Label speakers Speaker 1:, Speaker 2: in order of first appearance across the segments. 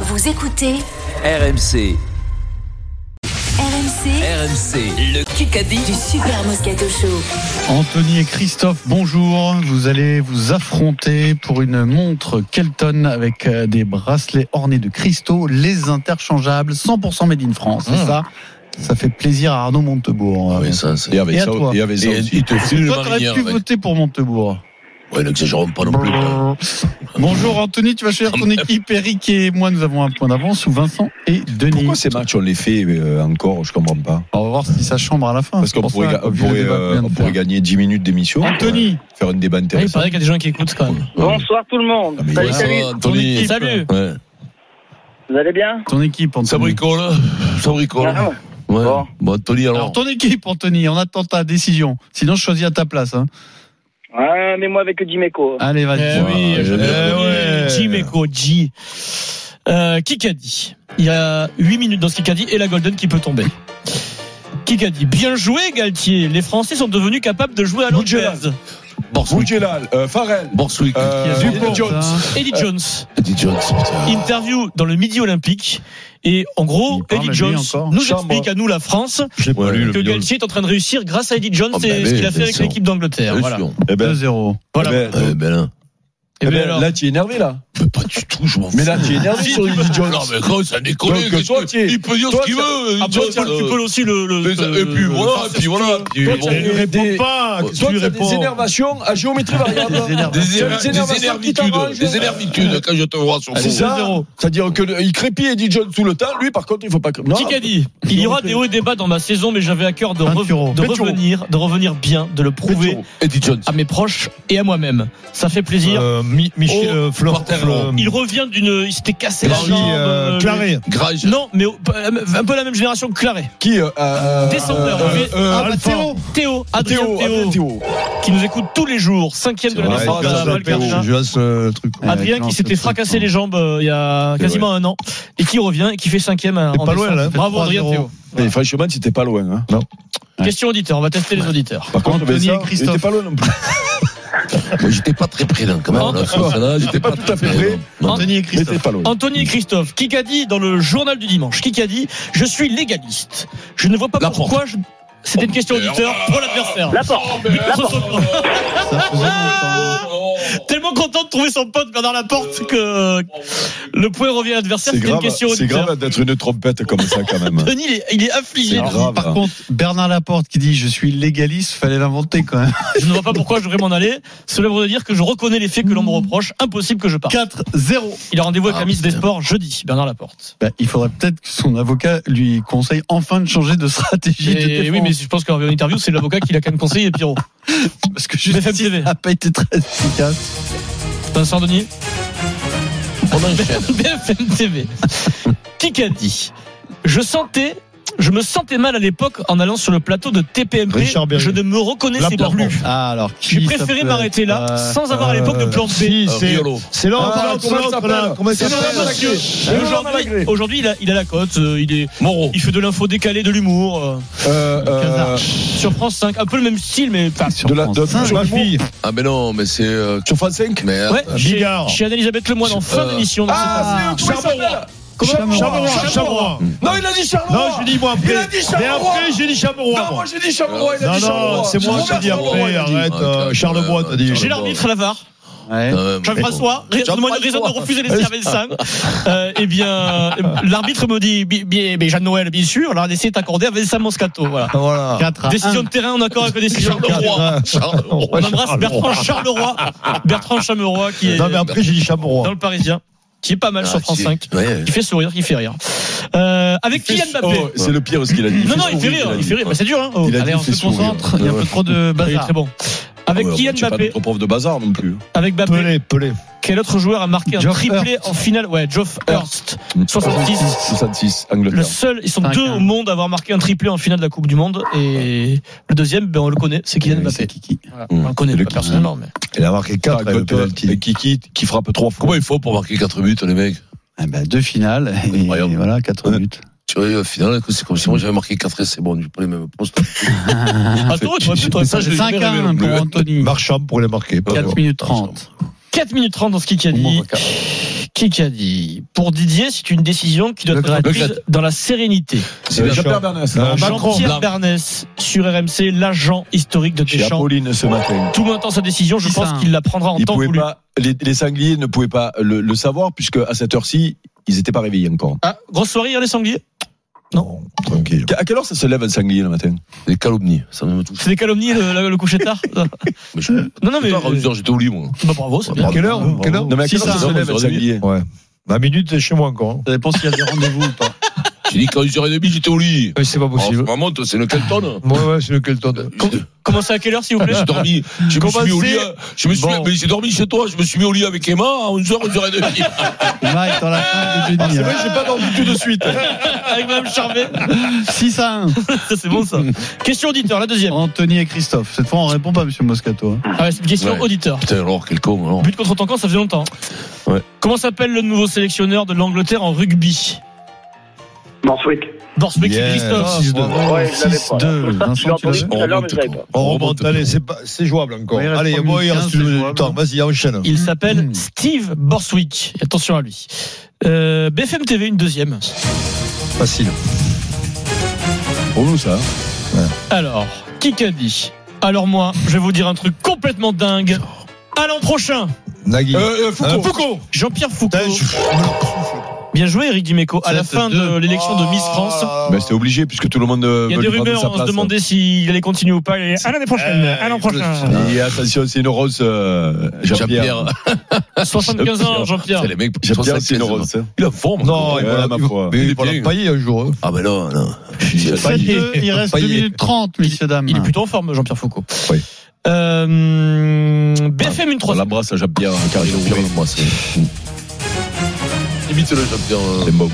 Speaker 1: Vous écoutez
Speaker 2: RMC,
Speaker 1: RMC
Speaker 2: RMC, le Kikadi
Speaker 1: du Super Moscato Show.
Speaker 3: Anthony et Christophe, bonjour. Vous allez vous affronter pour une montre Kelton avec euh, des bracelets ornés de cristaux, les interchangeables, 100% made in France.
Speaker 4: Mmh.
Speaker 3: Et ça, ça fait plaisir à Arnaud
Speaker 4: Ah
Speaker 3: Montebourg.
Speaker 5: Oui, ça, c'est-
Speaker 4: Et avec
Speaker 3: Et à
Speaker 4: ça,
Speaker 3: toi
Speaker 4: et avec ça
Speaker 5: Et
Speaker 4: aussi.
Speaker 5: il te file le
Speaker 3: Toi, t'aurais
Speaker 5: marinière.
Speaker 3: pu
Speaker 5: ouais.
Speaker 3: voter pour Montebourg.
Speaker 5: Ouais, n'exagérons pas non plus. quoi.
Speaker 3: Bonjour Anthony, tu vas choisir ton équipe. Eric et moi, nous avons un point d'avance sous Vincent et Denis.
Speaker 4: Pourquoi ces matchs on les fait euh, encore Je comprends pas.
Speaker 3: On va voir si ça chambre à la fin.
Speaker 4: Parce
Speaker 3: c'est
Speaker 4: qu'on
Speaker 3: pour
Speaker 4: pourrait,
Speaker 3: ça
Speaker 4: ga-
Speaker 3: qu'on
Speaker 4: on
Speaker 3: vit le
Speaker 4: pourrait,
Speaker 3: débat qu'on
Speaker 4: euh,
Speaker 3: vient de
Speaker 4: on pourrait
Speaker 3: faire.
Speaker 4: gagner 10 minutes d'émission.
Speaker 3: Anthony,
Speaker 4: euh, Faire un débat intéressant.
Speaker 6: qu'il y a des gens qui écoutent quand même.
Speaker 7: Bonsoir tout le monde.
Speaker 4: Ah, mais
Speaker 7: salut,
Speaker 4: voilà.
Speaker 7: salut.
Speaker 5: Bonsoir,
Speaker 3: ton
Speaker 5: Anthony.
Speaker 3: équipe.
Speaker 6: Salut.
Speaker 5: Ouais.
Speaker 7: Vous allez bien
Speaker 3: Ton équipe,
Speaker 5: Ça
Speaker 3: Anthony.
Speaker 5: bricole Ça bricole
Speaker 7: Ah,
Speaker 5: Ouais.
Speaker 7: Bon.
Speaker 5: Bon, Anthony, alors.
Speaker 3: Alors ton équipe, Anthony, on attend ta décision. Sinon, je choisis à ta place. hein.
Speaker 7: ouais, Mets-moi Ah, avec Dimeco.
Speaker 3: Allez, vas-y.
Speaker 6: Eh oui,
Speaker 5: Ah,
Speaker 6: je-
Speaker 5: j'aime
Speaker 6: eh
Speaker 3: bien.
Speaker 6: ouais. Jim Echo, G. Euh, Kikadi. Il y a 8 minutes dans ce Kikadi et la Golden qui peut tomber. Kikadi. Bien joué, Galtier. Les Français sont devenus capables de jouer à l'anglaise.
Speaker 5: Borswick.
Speaker 4: Boudjelal, euh, Farrell,
Speaker 5: Borswick.
Speaker 6: Eh
Speaker 4: euh,
Speaker 3: Dupont,
Speaker 4: Eddie Jones.
Speaker 3: hein.
Speaker 6: Eddie Jones.
Speaker 5: Eddie Jones, putain.
Speaker 6: Interview dans le Midi Olympique. Et en gros,
Speaker 3: Il parle,
Speaker 6: Eddie
Speaker 3: lui,
Speaker 6: Jones
Speaker 3: encore.
Speaker 6: nous
Speaker 4: Chambre.
Speaker 6: explique à nous, la France,
Speaker 4: Je l'ai pas
Speaker 5: Ouais.
Speaker 4: lu, le
Speaker 6: que
Speaker 4: vidéo.
Speaker 6: Galtier est en train de réussir grâce à Eddie Jones
Speaker 5: Ah, bah
Speaker 6: et
Speaker 5: oui,
Speaker 6: ce qu'il a fait
Speaker 5: bien
Speaker 6: avec
Speaker 5: sûr.
Speaker 6: l'équipe d'angleterre.
Speaker 5: Bien
Speaker 6: Voilà.
Speaker 5: sûr.
Speaker 4: Eh ben,
Speaker 3: 2-0.
Speaker 4: eh
Speaker 6: voilà.
Speaker 4: ben,
Speaker 5: Eh ben là.
Speaker 6: Eh
Speaker 4: eh
Speaker 6: bien
Speaker 4: ben,
Speaker 6: alors.
Speaker 4: là, tu es énervé, là.
Speaker 5: Mais pas du tout, je m'en fous.
Speaker 4: Mais là, tu es énervé sur Eddie Jones.
Speaker 5: Non, mais gros, ça déconne.
Speaker 4: Donc,
Speaker 5: qu'est-ce
Speaker 4: toi,
Speaker 5: que-
Speaker 4: tu es-
Speaker 5: Il peut dire
Speaker 4: toi,
Speaker 5: ce qu'il
Speaker 4: tu-
Speaker 5: veut.
Speaker 6: Après,
Speaker 5: Jones,
Speaker 6: tu peux, tu peux
Speaker 5: euh,
Speaker 6: aussi le. le-
Speaker 5: mais ça-
Speaker 6: le-
Speaker 5: Et puis
Speaker 6: le-
Speaker 5: voilà, et puis voilà. puis
Speaker 4: Toi,
Speaker 5: bon.
Speaker 4: tu as
Speaker 5: Des
Speaker 4: des- des-
Speaker 6: pas.
Speaker 5: Ouais.
Speaker 6: qu'est-ce que
Speaker 4: Toi, tu
Speaker 6: tu
Speaker 4: as des
Speaker 6: réponds
Speaker 4: énervations à géométrie
Speaker 3: Des
Speaker 4: variable.
Speaker 3: énervations.
Speaker 5: éner-
Speaker 4: Des
Speaker 5: Des
Speaker 4: énervations qui
Speaker 5: énervitudes.
Speaker 4: t'arrangent.
Speaker 5: Des énervitudes quand je te vois sur le
Speaker 4: C'est
Speaker 5: cours.
Speaker 4: ça. C'est-à-dire que le- il crépille Eddie Jones tout le temps. Lui, par contre, il faut pas que. Non.
Speaker 6: Kikadi, il y aura des hauts et des bas dans ma saison, mais j'avais à cœur de, rev-
Speaker 3: Peintureau.
Speaker 6: de
Speaker 4: Peintureau.
Speaker 6: revenir, de revenir bien, de le prouver
Speaker 5: Eddie Jones.
Speaker 6: à mes proches et à moi-même. Ça fait plaisir. Michel,
Speaker 5: Oh, Porter, euh,
Speaker 6: Il revient d'une, il s'était cassé la
Speaker 5: Larry,
Speaker 6: jambe. euh,
Speaker 8: Claré,
Speaker 5: Grage.
Speaker 6: Non, mais au- euh, un peu la même génération que Claret.
Speaker 4: Qui euh, euh,
Speaker 6: Descendeur.
Speaker 4: euh,
Speaker 6: Mais-
Speaker 4: euh,
Speaker 8: Alpha.
Speaker 4: Théo.
Speaker 6: Théo, Adrien
Speaker 4: Théo,
Speaker 6: Théo,
Speaker 4: Adrien Théo.
Speaker 6: qui nous écoute tous les jours, cinquième de la
Speaker 4: vrai,
Speaker 6: naissance
Speaker 4: grâce
Speaker 6: à
Speaker 4: à
Speaker 6: la Valcarina.
Speaker 8: je lance le truc.
Speaker 3: Ouais,
Speaker 6: Adrien
Speaker 3: non,
Speaker 6: qui
Speaker 3: c'est
Speaker 6: s'était
Speaker 3: ça,
Speaker 6: fracassé
Speaker 3: ça.
Speaker 6: les jambes euh, il y a quasiment un an et qui revient et qui fait cinquième euh, en
Speaker 8: C'est pas loin,
Speaker 6: décembre.
Speaker 8: là.
Speaker 6: Bravo Adrien Théo.
Speaker 4: Et franchement, t'étais pas loin. Hein.
Speaker 6: Question auditeur, on va tester les auditeurs.
Speaker 4: Par contre,
Speaker 3: Anthony
Speaker 4: Vincent,
Speaker 3: et Christophe.
Speaker 4: il était pas loin non plus.
Speaker 5: Moi, j'étais pas très près, là, quand même. là, sur celle-là, j'étais pas tout à fait près. Non.
Speaker 3: Anthony et
Speaker 4: Il était
Speaker 3: Christophe.
Speaker 4: pas loin.
Speaker 6: Anthony et Christophe, qui qu'a dit dans le journal du dimanche Qui qu'a dit Je suis légaliste. Je ne vois pas
Speaker 5: La
Speaker 6: pourquoi. je- C'était une question auditeur pour l'adversaire.
Speaker 7: La porte. La porte.
Speaker 3: Ça faisait
Speaker 6: Ah,
Speaker 3: longtemps.
Speaker 5: Oh.
Speaker 6: Tellement content de trouver son pote Bernard Laporte que le point revient à l'adversaire.
Speaker 4: C'est
Speaker 6: C'était une
Speaker 4: grave,
Speaker 6: question
Speaker 4: c'est
Speaker 6: auditeur.
Speaker 4: grave d'être une trompette comme ça quand même.
Speaker 6: Anthony, il est, il est affligé.
Speaker 4: C'est grave.
Speaker 3: Par
Speaker 4: hein.
Speaker 3: contre, Bernard Laporte qui dit je suis légaliste, fallait l'inventer quand même.
Speaker 6: Je ne vois pas pourquoi je devrais m'en aller. Cela veut dire que je reconnais les faits que l'on me reproche. Impossible que je parte.
Speaker 3: 4-0.
Speaker 6: Il a rendez-vous avec
Speaker 5: Ah,
Speaker 6: la ministre des
Speaker 5: putain.
Speaker 6: Sports jeudi, Bernard Laporte.
Speaker 3: Bah, il faudrait peut-être que son avocat lui conseille enfin de changer de stratégie de
Speaker 6: Et
Speaker 3: défense.
Speaker 6: Eh oui, mais je pense qu'en interview, c'est l'avocat qui l'a quand même conseillé, Pierrot.
Speaker 3: Parce que
Speaker 6: BFM
Speaker 3: jusqu'ici,
Speaker 6: TV.
Speaker 3: ça n'a pas été très efficace.
Speaker 6: Vincent Denis
Speaker 5: On enchaîne.
Speaker 6: BFM TV. Qui qu'a dit Je sentais. Je me sentais mal à l'époque en allant sur le plateau de TPMP.
Speaker 8: Richard Berry.
Speaker 6: je ne me reconnaissais pas
Speaker 5: Laporte.
Speaker 6: plus.
Speaker 3: Ah, alors, qui
Speaker 6: J'ai
Speaker 3: ça
Speaker 6: préféré
Speaker 3: peut
Speaker 6: m'arrêter
Speaker 3: être,
Speaker 6: là,
Speaker 3: euh,
Speaker 6: sans avoir à l'époque de plan B.
Speaker 8: Si,
Speaker 5: Euh,
Speaker 8: c'est
Speaker 5: Riolo.
Speaker 8: c'est là
Speaker 4: Ah,
Speaker 8: on
Speaker 4: comment il
Speaker 8: parle de
Speaker 4: s'appelle
Speaker 8: là. Comment il
Speaker 4: C'est
Speaker 8: s'appelle
Speaker 4: Laurent Malgré.
Speaker 6: Et
Speaker 4: Laurent
Speaker 6: Aujourd'hui,
Speaker 4: Malgré.
Speaker 6: aujourd'hui, il, a, il a la cote. euh, il, est,
Speaker 5: Moreau.
Speaker 6: il fait de l'info décalée, de l'humour. euh,
Speaker 4: Euh, euh,
Speaker 6: sur France 5, un peu le même style, mais pas.
Speaker 4: de la de
Speaker 3: Cinq,
Speaker 4: sur
Speaker 8: Ma
Speaker 4: l'humour.
Speaker 8: fille,
Speaker 5: Ah, mais non, mais c'est. euh,
Speaker 4: Sur France 5
Speaker 5: Mais. euh,
Speaker 6: Ouais, chez,
Speaker 8: Bigard.
Speaker 6: chez Anne-Elisabeth Lemoine en fin
Speaker 5: Euh,
Speaker 6: d'émission. dans
Speaker 4: Ah,
Speaker 3: Ah,
Speaker 4: c'est comment il s'appelle
Speaker 3: Chamerois.
Speaker 8: Chamorrois, Chamorrois.
Speaker 4: Non, il a dit Charleroi.
Speaker 8: Non, je dis moi
Speaker 4: Il a
Speaker 8: après.
Speaker 4: dit
Speaker 8: Mais
Speaker 4: Charleroi.
Speaker 8: après, j'ai dit
Speaker 4: Non,
Speaker 8: Chamorrois.
Speaker 4: moi j'ai dit Charleroi, il a
Speaker 8: Non,
Speaker 4: dit Charleroi.
Speaker 8: non, c'est moi qui ai dit
Speaker 4: Charleroi,
Speaker 8: après.
Speaker 4: il a dit.
Speaker 8: Arrête, euh, Charleroi, t'as dit.
Speaker 6: cette- J'ai l'arbitre à la VAR.
Speaker 3: Ouais.
Speaker 5: euh, mais bon.
Speaker 6: Jean-François, ra-
Speaker 4: Jean-François.
Speaker 6: donne-moi une raison de refuser les services 5. Euh, eh bien, euh, l'arbitre me dit, bi- bi- mais Jeanne-Noël, bien sûr, là, l'essai est accordé à Vincent Moscato. Voilà.
Speaker 4: Ah,
Speaker 8: Voilà.
Speaker 3: 4 à 1.
Speaker 6: Décision de terrain en accord avec la décision de
Speaker 5: Charleroi.
Speaker 6: Roy.
Speaker 5: Charleroi.
Speaker 6: On embrasse Bertrand Charleroi. Bertrand Chameroy qui est
Speaker 8: Non, mais après, j'ai dit Chamorrois.
Speaker 6: dans le Parisien, qui est pas mal sur
Speaker 5: Ah,
Speaker 6: France
Speaker 5: si.
Speaker 6: 5,
Speaker 5: Ouais.
Speaker 6: qui fait sourire, qui fait rire. Euh, avec Kylian Mbappé.
Speaker 4: Oh, C'est le pire ce qu'il a dit.
Speaker 6: Non, non, il fait rire, il fait rire. Bah, c'est dur, hein. Oh.
Speaker 4: Il a
Speaker 3: Allez,
Speaker 4: dit,
Speaker 3: on
Speaker 4: il fait
Speaker 3: se concentre.
Speaker 4: sourire.
Speaker 3: Il y a un peu trop de
Speaker 6: Il est
Speaker 3: bazar.
Speaker 6: très bon. Avec
Speaker 4: Ouais,
Speaker 6: Kylian
Speaker 4: tu es pas
Speaker 6: Mbappé,
Speaker 4: notre prof de bazar non plus.
Speaker 6: avec Mbappé,
Speaker 8: Pelé, Pelé.
Speaker 6: quel autre joueur a marqué un
Speaker 3: Geoff
Speaker 6: triplé en finale Ouais, Geoff Hurst, 66.
Speaker 4: 66,
Speaker 6: Le
Speaker 4: Angleterre.
Speaker 6: seul, ils sont
Speaker 3: Cinq,
Speaker 6: deux
Speaker 3: hein.
Speaker 6: au monde à avoir marqué un triplé en finale de la Coupe du Monde. Et le deuxième, ben, on le connaît, c'est Kylian
Speaker 4: Oui,
Speaker 6: Mbappé.
Speaker 3: Kiki.
Speaker 6: Voilà. On le connaît
Speaker 4: Et le
Speaker 6: pas personnellement, mais.
Speaker 8: Il a marqué 4 avec le
Speaker 4: Et
Speaker 8: penalty.
Speaker 4: Kiki euh, qui frappe trois fois.
Speaker 5: Comment ils font pour marquer 4 buts, les mecs
Speaker 3: Ah bah, deux finales. Et
Speaker 5: Incroyable.
Speaker 3: voilà, 4
Speaker 5: Ouais.
Speaker 3: buts.
Speaker 5: Tu vois, au final, c'est comme si moi j'avais marqué 4 essais. Bon, j'ai pas les mêmes postes.
Speaker 6: Attends, tu vois plus, toi, Ah, ça, je l'ai jamais rêvé, non
Speaker 3: 5-1
Speaker 6: plus.
Speaker 3: pour Anthony.
Speaker 8: Marchand pour les marquer.
Speaker 3: 4 minutes 30.
Speaker 6: 4 minutes 30 dans ce qui a
Speaker 3: Au moins,
Speaker 6: dit.
Speaker 3: regarde.
Speaker 6: Kikadi. Pour Didier, c'est une décision qui doit
Speaker 5: Le
Speaker 6: être
Speaker 5: Gratte.
Speaker 6: prise dans la sérénité.
Speaker 4: C'est
Speaker 8: Euh,
Speaker 4: Jean-Pierre
Speaker 8: Jean-
Speaker 4: Bernès.
Speaker 8: Non,
Speaker 4: hein.
Speaker 8: Macron.
Speaker 6: Jean-Pierre
Speaker 5: Blanc.
Speaker 6: Bernès sur RMC, l'agent historique de
Speaker 8: Chez
Speaker 6: Deschamps.
Speaker 8: Apolline ce matin.
Speaker 6: Tout maintenant sa décision, je
Speaker 3: Qui
Speaker 6: pense
Speaker 3: ça
Speaker 6: qu'il la prendra en
Speaker 4: Ils
Speaker 6: temps
Speaker 4: pouvaient
Speaker 6: voulu.
Speaker 4: pas, les, les sangliers ne pouvaient pas le, le savoir, puisque à cette heure-ci, ils n'étaient pas réveillés encore.
Speaker 6: Ah, grosse soirée hier les sangliers
Speaker 8: Non, tranquille.
Speaker 4: À quelle heure ça se lève un sanglier le matin
Speaker 5: Les calomnies, ça me touche.
Speaker 6: C'est des calomnies le, le- le coucher tard
Speaker 5: Mais je suis
Speaker 6: Non, non, mais. euh,
Speaker 5: tard à 11h, j'étais au lit, moi.
Speaker 6: Bah, bravo, c'est bien.
Speaker 8: Quelle heure
Speaker 3: Bravo.
Speaker 8: Quelle heure
Speaker 4: Non, mais à
Speaker 3: Si,
Speaker 4: quelle heure
Speaker 3: ça,
Speaker 4: ça se
Speaker 5: ça,
Speaker 4: lève un
Speaker 5: 11h30.
Speaker 4: sanglier
Speaker 8: Ouais. 20 minutes, c'est chez moi encore. hein.
Speaker 3: Ça dépend s'il y a des rendez-vous ou pas.
Speaker 5: J'ai dit qu'à 11h30, j'étais au lit.
Speaker 8: Mais Oh, c'est pas
Speaker 5: Alors, je
Speaker 8: possible.
Speaker 5: m'en monte, c'est le Kelton.
Speaker 8: Ouais, ouais, c'est le Kelton.
Speaker 5: J'ai-
Speaker 6: Commencez à quelle heure, s'il vous plaît
Speaker 5: J'ai dormi, je me suis mis au lit, euh, je me suis,
Speaker 8: Bon.
Speaker 5: mais j'ai dormi chez toi, je me suis mis au lit avec Emma à 11h, 11h30.
Speaker 3: Mike, dans la fin de Denis. hein.
Speaker 8: j'ai pas dormi tout de suite.
Speaker 6: Avec Mme Charvet.
Speaker 3: 6 à 1.
Speaker 6: Ça, c'est bon, ça. Question auditeur, la deuxième.
Speaker 3: Anthony et Christophe. Cette fois, on répond pas, monsieur Moscato. hein.
Speaker 6: Ah ouais, c'est une question
Speaker 5: Ouais.
Speaker 6: auditeur.
Speaker 5: Putain, alors, quel con, alors.
Speaker 6: But contre ton camp, ça faisait longtemps.
Speaker 5: Ouais.
Speaker 6: Comment s'appelle le nouveau sélectionneur de l'Angleterre en rugby
Speaker 7: Manswick.
Speaker 6: Borswick
Speaker 8: Yeah.
Speaker 6: Christophe.
Speaker 3: 6-2.
Speaker 7: Ouais, je l'avais pas.
Speaker 3: 6-2.
Speaker 7: Je l'ai
Speaker 3: Vincent, tu
Speaker 7: entendu
Speaker 3: l'avais
Speaker 7: tout à l'heure, mais je l'avais pas.
Speaker 8: On remonte, allez, c'est pas- c'est jouable encore.
Speaker 3: Ouais, il reste
Speaker 8: allez,
Speaker 3: trois
Speaker 8: bon, il
Speaker 3: minutes
Speaker 8: reste
Speaker 3: quinze, c'est
Speaker 8: du
Speaker 3: jouable.
Speaker 8: temps. Vas-y, enchaîne.
Speaker 6: Il s'appelle
Speaker 5: Hmm.
Speaker 3: Mm.
Speaker 6: Steve Borswick. Attention à lui. Euh, BFM TV, une deuxième.
Speaker 8: Facile.
Speaker 5: Pour nous, ça.
Speaker 6: Alors, qui qu'a dit Alors moi, je vais vous dire un truc complètement dingue. À l'an prochain,
Speaker 8: Nagui.
Speaker 4: Euh, euh, Foucault.
Speaker 8: Foucault.
Speaker 6: Jean-Pierre Foucault.
Speaker 8: Putain, je-
Speaker 6: Bien joué, Eric Dimeco. À la
Speaker 3: Sept,
Speaker 6: fin de
Speaker 3: deux.
Speaker 6: euh, l'élection de Miss France,
Speaker 8: Ah.
Speaker 4: Ben, c'était obligé, puisque tout le monde euh,
Speaker 6: il y a
Speaker 4: veut
Speaker 6: des
Speaker 4: lui prendre
Speaker 6: rumeurs.
Speaker 4: sa
Speaker 6: On se
Speaker 4: place. Euh,
Speaker 6: demandait s'il allait continuer ou pas. Et à l'année prochaine. À l'an prochain.
Speaker 4: Et attention, c'est une rose, euh, Jean-Pierre.
Speaker 5: Jean-Pierre.
Speaker 6: 75 ans, Jean-Pierre.
Speaker 5: Putain, les mecs,
Speaker 4: Jean-Pierre, c'est
Speaker 5: 75
Speaker 4: une
Speaker 5: ans.
Speaker 4: rose. hein.
Speaker 5: Il a forme.
Speaker 8: Non,
Speaker 4: Ouais,
Speaker 8: il va la-
Speaker 4: ma
Speaker 8: il va-
Speaker 4: foi.
Speaker 8: mais
Speaker 5: Il
Speaker 8: il
Speaker 5: est
Speaker 8: va la
Speaker 5: bien.
Speaker 8: pailler un jour. hein.
Speaker 5: Ah, ben non, non.
Speaker 8: Payet.
Speaker 3: 7-2, il reste 2
Speaker 8: Payet.
Speaker 3: minutes 30, messieurs, dames.
Speaker 6: Il est plutôt en forme, Jean-Pierre Foucault.
Speaker 8: Oui.
Speaker 6: Euh, BFM une
Speaker 5: On
Speaker 6: troisième.
Speaker 5: l'embrasse, Jean-Pierre, car il est ouvert, moi, c'est. Imite-le, Jean-Pierre.
Speaker 4: C'est bon.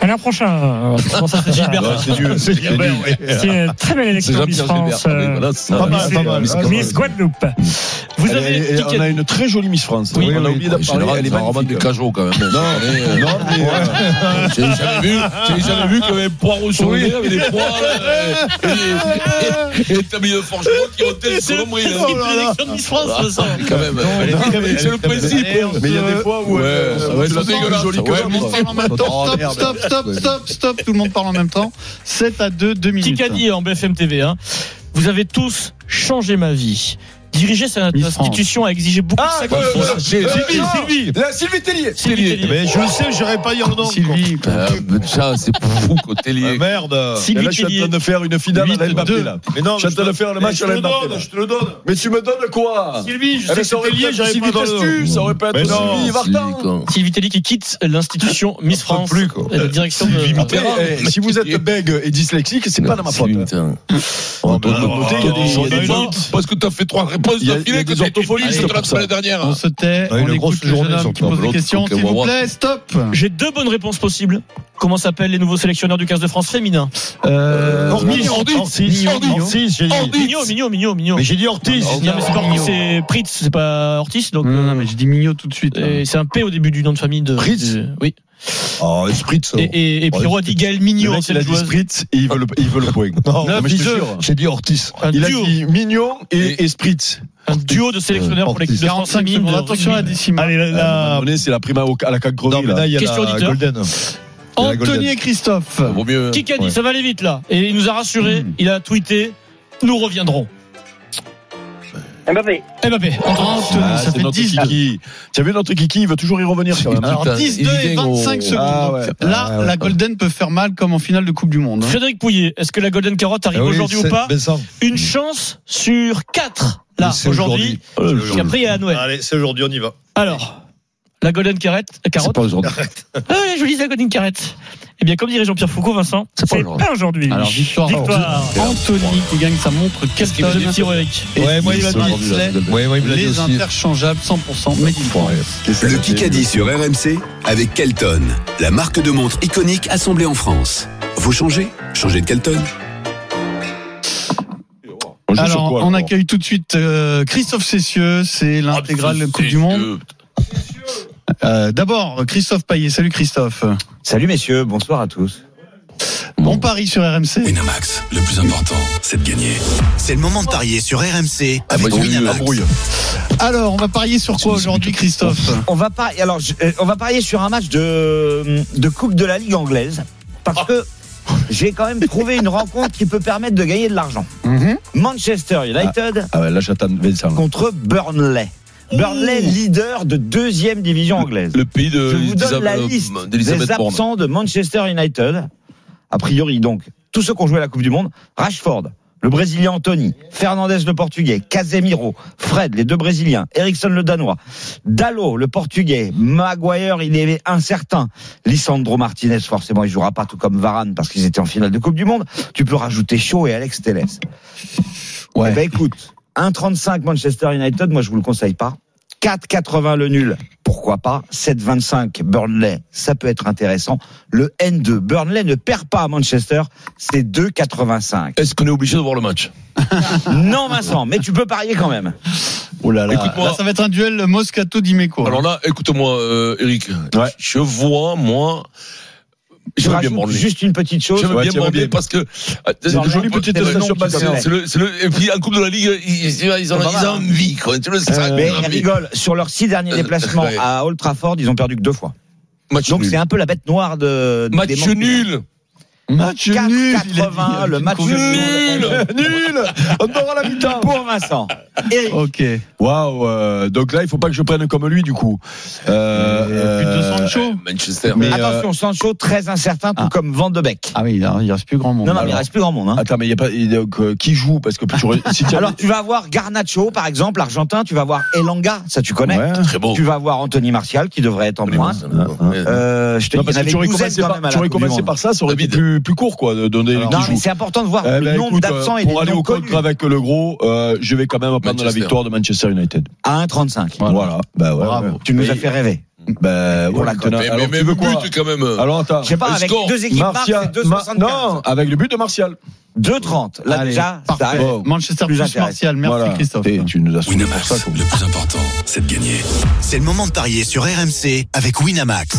Speaker 6: À l'an prochain. Bon, ça, c'est Gilbert.
Speaker 8: Ah, c'est nul.
Speaker 6: C'est Gilbert,
Speaker 8: nul.
Speaker 6: C'est une très belle
Speaker 5: C'est
Speaker 6: élection Miss
Speaker 5: Jean-Pierre Gilbert.
Speaker 6: France.
Speaker 5: Ah, oui,
Speaker 6: euh,
Speaker 5: voilà, c'est ça.
Speaker 8: Pas mal,
Speaker 6: Miss-
Speaker 8: pas mal.
Speaker 5: Miss-
Speaker 8: Ah,
Speaker 6: Miss Guadeloupe. Vous
Speaker 4: Elle-
Speaker 6: avez
Speaker 4: elle-
Speaker 6: qui
Speaker 4: on a une très jolie Miss France.
Speaker 6: Oui,
Speaker 4: on a
Speaker 8: oui,
Speaker 4: oublié
Speaker 5: En
Speaker 4: d'en parler.
Speaker 5: général,
Speaker 4: Elle est
Speaker 5: c'est un roman de
Speaker 4: magnifique.
Speaker 5: Cajot, quand même. Non,
Speaker 8: Non, mais, euh,
Speaker 5: J'ai jamais vu, j'ai jamais vu qu'il y avait un poireau sur le nez avec des poils euh, et- et- et et t'as mis le forgeron qui ôtait le
Speaker 6: C'est le
Speaker 5: colombris.
Speaker 6: principe
Speaker 5: là.
Speaker 6: de l'élection de Miss
Speaker 4: Oh
Speaker 6: France,
Speaker 5: Ah,
Speaker 6: Vincent.
Speaker 5: mais quand même. euh,
Speaker 8: non, mais-
Speaker 5: C'est le principe.
Speaker 4: Mais il y a des fois où.
Speaker 5: Ouais,
Speaker 4: euh,
Speaker 5: ça va être
Speaker 4: tu la sens
Speaker 5: dégueulasse.
Speaker 4: jolie que
Speaker 5: Ouais,
Speaker 4: l'autre.
Speaker 5: mais-
Speaker 3: Parle en même temps.
Speaker 8: Oh,
Speaker 3: Stop,
Speaker 8: merde.
Speaker 3: stop, stop, stop, stop. Tout le monde parle en même temps. 7 à 2, 2 minutes.
Speaker 6: Kikadi en BFM TV. hein. Vous avez tous changé ma vie. Diriger cette
Speaker 3: Miss
Speaker 6: institution a exigé beaucoup
Speaker 8: Ah,
Speaker 6: de
Speaker 5: ouais,
Speaker 6: sacrifices.
Speaker 5: voilà, j'ai-
Speaker 8: Sylvie, Sylvie.
Speaker 4: Là, Sylvie Tellier.
Speaker 6: Sylvie Tellier.
Speaker 8: Mais Eh, je sais, j'aurais pas dit un nom.
Speaker 3: Sylvie,
Speaker 5: Ah, mais Ça, c'est fou côté
Speaker 8: Ah,
Speaker 5: lié.
Speaker 8: Merde.
Speaker 6: Sylvie
Speaker 4: Et là, je suis en
Speaker 6: Tellier.
Speaker 4: train de faire une finale à la Mbappé,
Speaker 8: deux.
Speaker 4: là.
Speaker 8: Mais non,
Speaker 4: Je suis en
Speaker 8: mais
Speaker 4: train de faire le match
Speaker 8: je
Speaker 4: à
Speaker 8: te
Speaker 4: la
Speaker 8: le
Speaker 4: Mbappé,
Speaker 8: donne,
Speaker 4: là.
Speaker 8: je te le donne.
Speaker 4: Mais tu me donnes quoi
Speaker 8: Sylvie, je
Speaker 4: Ah,
Speaker 8: sais
Speaker 4: mais
Speaker 8: que
Speaker 4: ça aurait
Speaker 8: c'était
Speaker 4: pu
Speaker 8: lié,
Speaker 4: être
Speaker 8: j'arrive
Speaker 4: Sylvie
Speaker 8: pas dans
Speaker 4: Testu,
Speaker 8: le...
Speaker 4: ça aurait pu être
Speaker 8: Mais non,
Speaker 4: Sylvie Vartan.
Speaker 6: Sylvie Tellier qui quitte l'institution Miss
Speaker 8: Ah, On peut
Speaker 6: France,
Speaker 8: plus, quoi.
Speaker 6: et la direction
Speaker 8: Sylvie
Speaker 6: de.
Speaker 8: Mitterrand.
Speaker 4: Après, eh, si vous êtes bègue et dyslexique, c'est pas de ma faute.
Speaker 8: mais
Speaker 5: On
Speaker 8: alors,
Speaker 5: noter,
Speaker 8: alors, on a une
Speaker 5: gens
Speaker 8: honte.
Speaker 5: parce que t'as fait trois réponses
Speaker 4: Il y a- il y a
Speaker 5: d'affilée
Speaker 4: des
Speaker 5: que t'as-
Speaker 4: orthophonistes
Speaker 5: que t'as
Speaker 4: pour ça.
Speaker 5: la dernière.
Speaker 3: on se tait.
Speaker 8: Ah, une
Speaker 3: On écoute
Speaker 8: grosse
Speaker 3: le jeune
Speaker 8: journée,
Speaker 3: homme qui
Speaker 8: surtout.
Speaker 3: pose des
Speaker 5: L'autre,
Speaker 3: questions.
Speaker 5: contre les
Speaker 3: S'il vous
Speaker 8: euh,
Speaker 5: Wawas.
Speaker 3: plaît, stop.
Speaker 6: J'ai deux bonnes réponses possibles. Comment s'appellent les nouveaux sélectionneurs du 15 de France féminin
Speaker 3: Euh,
Speaker 8: Ortiz,
Speaker 5: Ortiz,
Speaker 8: Ortiz,
Speaker 5: Ortiz,
Speaker 8: Ortiz, j'ai dit.
Speaker 6: Oh, Mignot, Mignot, Mignot, Mignot.
Speaker 8: Mais j'ai dit Ortiz.
Speaker 3: Non,
Speaker 6: Non, mais c'est pas Ortiz,
Speaker 3: Mignot.
Speaker 6: c'est Pritz, c'est pas Ortiz. Donc,
Speaker 3: Non, non,
Speaker 6: euh,
Speaker 3: mais je dis Mignot tout de suite. hein. là.
Speaker 6: et c'est un P au début du nom de famille de.
Speaker 8: Mm. Pritz
Speaker 6: de- Oui.
Speaker 4: Ah,
Speaker 8: Oh, esprit de
Speaker 6: Et, et, et
Speaker 8: Ouais,
Speaker 6: Pierrot a
Speaker 8: c'est-
Speaker 6: dit Gaël
Speaker 4: Le
Speaker 6: Mignot,
Speaker 4: mec, il
Speaker 6: ancienne
Speaker 4: a dit
Speaker 6: joueuse.
Speaker 4: Spritz et il veut le, il veut le point.
Speaker 8: Non,
Speaker 4: Non, mais je te jure.
Speaker 8: j'ai dit Ortiz.
Speaker 6: Un
Speaker 4: Il a
Speaker 6: duo.
Speaker 4: dit Mignon et, et Spritz.
Speaker 6: Un duo de sélectionneurs pour l'équipe de France
Speaker 3: 45
Speaker 6: féminine.
Speaker 3: secondes.
Speaker 6: de
Speaker 3: Attention à la
Speaker 6: rugby.
Speaker 3: décimale.
Speaker 8: Allez, là,
Speaker 4: Ah,
Speaker 8: là.
Speaker 4: on est, c'est la prime à, la
Speaker 8: Non,
Speaker 4: cagorie,
Speaker 8: mais
Speaker 4: là.
Speaker 8: là, il y a
Speaker 6: Question
Speaker 8: la
Speaker 6: auditeur.
Speaker 8: Golden. Il y a la
Speaker 3: Anthony
Speaker 8: Golden.
Speaker 3: et Christophe.
Speaker 5: Ça Vaut mieux. hein.
Speaker 6: Qui a dit
Speaker 8: Ouais. Mm.
Speaker 6: Ça va aller vite là. Et il nous a rassuré. Il a tweeté. Nous reviendrons.
Speaker 7: Mbappé.
Speaker 6: Mbappé. Antoine.
Speaker 3: Anthony,
Speaker 4: Ah,
Speaker 3: ça
Speaker 4: c'est
Speaker 3: fait
Speaker 4: notre
Speaker 3: 10
Speaker 4: Kiki. Tu as vu notre Kiki, il veut toujours y revenir quand même.
Speaker 3: Alors
Speaker 5: Putain,
Speaker 3: 10,
Speaker 5: il
Speaker 3: 2 et
Speaker 5: vient au-
Speaker 3: 25 secondes.
Speaker 4: Ah ouais.
Speaker 3: Là,
Speaker 8: Ah ouais.
Speaker 3: la Golden peut faire mal comme en finale de Coupe du Monde. hein.
Speaker 6: Frédéric Pouillet, est-ce que la Golden Carotte arrive
Speaker 8: Ah oui,
Speaker 6: aujourd'hui ou
Speaker 8: c'est-
Speaker 6: pas
Speaker 8: Vincent.
Speaker 6: Une chance sur quatre là
Speaker 8: C'est
Speaker 6: aujourd'hui.
Speaker 8: aujourd'hui. Ah,
Speaker 6: Parce qu'après il y a Noël.
Speaker 8: Allez, c'est aujourd'hui, on y va.
Speaker 6: Alors, la Golden Carrette,
Speaker 5: C'est
Speaker 6: Carotte.
Speaker 5: pas aujourd'hui.
Speaker 6: Ah oui, je lis la Golden Carrette. Eh bien, comme dirait Jean-Pierre Foucault, Vincent,
Speaker 5: C'est pas
Speaker 6: c'est
Speaker 5: aujourd'hui.
Speaker 6: pas aujourd'hui.
Speaker 3: Alors, victoire.
Speaker 6: Victoire.
Speaker 3: Anthony qui gagne sa montre. Quel
Speaker 6: Qu'est-ce qu'il va dire, Eric
Speaker 8: Ouais, moi, il
Speaker 3: a
Speaker 8: m'a
Speaker 3: dit
Speaker 8: dit. Ouais, moi, il me l'a dit
Speaker 3: Les
Speaker 8: aussi.
Speaker 3: interchangeables 100% made in France.
Speaker 9: Le Kikadi sur RMC avec Kelton, la marque de montre iconique assemblée en France. Vous changez Changez de Kelton.
Speaker 4: On joue sur
Speaker 3: Alors, on
Speaker 4: quoi alors Ah,
Speaker 3: accueille tout de suite euh, Christophe Cessieux, c'est l'intégrale Coupe du Monde. Euh, D'abord, Christophe Payet. Salut Christophe.
Speaker 10: Salut messieurs, bonsoir à tous.
Speaker 3: On parie sur RMC.
Speaker 9: Winamax, le plus important, c'est de gagner.
Speaker 10: C'est le moment de parier sur RMC
Speaker 4: Ah, bah,
Speaker 10: avec
Speaker 4: il y a eu
Speaker 10: Winamax.
Speaker 4: un brouille.
Speaker 3: Alors, on va parier sur quoi aujourd'hui, Christophe
Speaker 11: On va parier. Alors, je- euh, on va parier sur un match de de coupe de la Ligue anglaise parce que j'ai quand même trouvé une rencontre qui peut permettre de gagner de l'argent. Manchester United
Speaker 4: Ah ouais, là, j'attends Vincent.
Speaker 11: contre Burnley. Burnley, leader de deuxième division anglaise.
Speaker 5: Le pays de
Speaker 11: Je vous donne la
Speaker 5: d'Elisa-
Speaker 11: liste
Speaker 5: euh,
Speaker 11: des
Speaker 5: d'Elisabeth Borne.
Speaker 11: absents de Manchester United. A priori, donc, tous ceux qui ont joué à la Coupe du Monde. Rashford, le Brésilien Anthony, Fernandez le Portugais, Casemiro, Fred, les deux Brésiliens, Eriksson le Danois, Dallo le Portugais, Maguire, il est incertain, Lisandro Martinez, forcément, il jouera pas tout comme Varane parce qu'ils étaient en finale de Coupe du Monde. Tu peux rajouter Shaw et Alex Telles.
Speaker 3: Ouais.
Speaker 11: Eh ben, écoute, 1,35 Manchester United, moi je vous le conseille pas. 4,80 le nul, pourquoi pas. 7,25 Burnley, ça peut être intéressant. Le N2, Burnley ne perd pas à Manchester, c'est 2,85.
Speaker 5: Est-ce qu'on est obligé de voir le match
Speaker 11: Non Vincent, mais tu peux parier quand même.
Speaker 3: Oh là là.
Speaker 5: Écoute-moi.
Speaker 3: Là, ça va être un duel Moscato-Dimeco.
Speaker 5: Alors là, écoute-moi, euh, Eric. Je vois, moi.
Speaker 11: Je
Speaker 5: J'aime bien
Speaker 11: rajoute
Speaker 5: Borlé.
Speaker 11: juste une petite chose.
Speaker 5: J'aime
Speaker 8: Ouais,
Speaker 5: bien
Speaker 8: tiens,
Speaker 5: Borlé
Speaker 8: bien.
Speaker 5: parce que. euh, c'est
Speaker 11: Borlé,
Speaker 5: le joli
Speaker 11: petit
Speaker 5: petit
Speaker 11: station
Speaker 5: nom qui
Speaker 11: balnéaire.
Speaker 5: s'appelle. C'est le- c'est le- Et puis en Coupe de la Ligue, ils, ils ont,
Speaker 11: C'est pas mal,
Speaker 5: ils ont
Speaker 11: hein.
Speaker 5: envie. Quoi. Tu le sais, ça,
Speaker 11: Mais
Speaker 5: ils ont envie.
Speaker 11: rigole, sur leurs six derniers
Speaker 5: Euh,
Speaker 11: déplacements
Speaker 5: ouais.
Speaker 11: à Old Trafford, ils ont perdu que deux fois.
Speaker 5: Match
Speaker 11: Donc
Speaker 5: nul.
Speaker 11: c'est un peu la bête noire de des
Speaker 5: Match
Speaker 11: Manchester.
Speaker 5: nul.
Speaker 3: match nul. il a dit.
Speaker 11: 4,80, le match nul.
Speaker 4: Nul On aura la mi-temps
Speaker 11: Pour Vincent. Eric,
Speaker 3: Ok.
Speaker 4: Waouh euh, Donc là, il faut pas que je prenne comme lui, du coup. Euh,
Speaker 3: Plus de
Speaker 4: euh,
Speaker 3: Sancho.
Speaker 5: Manchester.
Speaker 4: mais, euh,
Speaker 11: attention, Sancho très incertain, tout
Speaker 3: Ah.
Speaker 11: comme Van de Beek.
Speaker 3: Ah oui, il il reste plus grand monde.
Speaker 11: Non, non, mais il
Speaker 3: Alors,
Speaker 11: reste plus grand monde. hein.
Speaker 4: euh, Attends, mais il y a pas. il y a- donc, euh, qui joue Parce que tu re- si Ah, tu
Speaker 11: Alors tu vas avoir Garnacho par exemple, l'argentin, tu vas avoir Elanga, ça tu connais.
Speaker 4: Ouais. Oh.
Speaker 5: Très beau.
Speaker 11: Tu vas avoir Anthony Martial qui devrait être en pointe. Euh, je te
Speaker 4: Non,
Speaker 11: dis, il y
Speaker 4: parce que
Speaker 11: en avait
Speaker 4: tu aurais
Speaker 11: une douzaine
Speaker 4: commencé,
Speaker 11: quand
Speaker 4: par,
Speaker 11: même à la
Speaker 4: tu aurais
Speaker 11: Coupe du
Speaker 4: commencé
Speaker 11: Monde.
Speaker 4: par ça, ça aurait été
Speaker 5: David.
Speaker 4: plus, plus court, quoi, de donner
Speaker 11: Non,
Speaker 4: qui
Speaker 11: mais
Speaker 4: joue.
Speaker 11: c'est important de voir
Speaker 4: Eh
Speaker 11: le
Speaker 4: ben,
Speaker 11: nombre
Speaker 4: écoute, euh,
Speaker 11: d'absents et les
Speaker 4: pour aller
Speaker 11: noms
Speaker 4: au
Speaker 11: connus.
Speaker 4: contre avec le gros, euh, je vais quand même prendre la
Speaker 5: Manchester.
Speaker 4: victoire de Manchester United.
Speaker 11: À 1,35.
Speaker 4: Voilà. Bah ouais.
Speaker 3: Bravo.
Speaker 4: ouais.
Speaker 11: Tu nous
Speaker 4: Mais-
Speaker 11: as fait rêver.
Speaker 4: Bah,
Speaker 11: Pour
Speaker 4: ouais,
Speaker 11: la
Speaker 4: maintenant,
Speaker 11: cote.
Speaker 5: Mais,
Speaker 4: alors,
Speaker 5: mais, mais
Speaker 4: tu veux
Speaker 5: but
Speaker 4: quoi
Speaker 5: quand même.
Speaker 4: Alors attends.
Speaker 11: Je sais pas,
Speaker 5: Le
Speaker 11: avec
Speaker 5: score,
Speaker 11: deux équipes marques, c'est
Speaker 4: Ma-
Speaker 11: 2,75.
Speaker 4: non, avec le but de Martial.
Speaker 11: 2,30. Là
Speaker 3: Allez,
Speaker 11: déjà, ça
Speaker 3: parfait.
Speaker 11: arrive.
Speaker 4: Oh.
Speaker 3: Manchester
Speaker 11: Plus
Speaker 3: plus
Speaker 11: intéressant.
Speaker 3: Martial. Merci
Speaker 4: Voilà.
Speaker 3: Christophe.
Speaker 4: Et tu nous as saoulés pour ça.
Speaker 9: Winamax,
Speaker 4: quoi.
Speaker 9: le plus important, c'est de gagner.
Speaker 10: C'est le moment de parier sur RMC avec Winamax.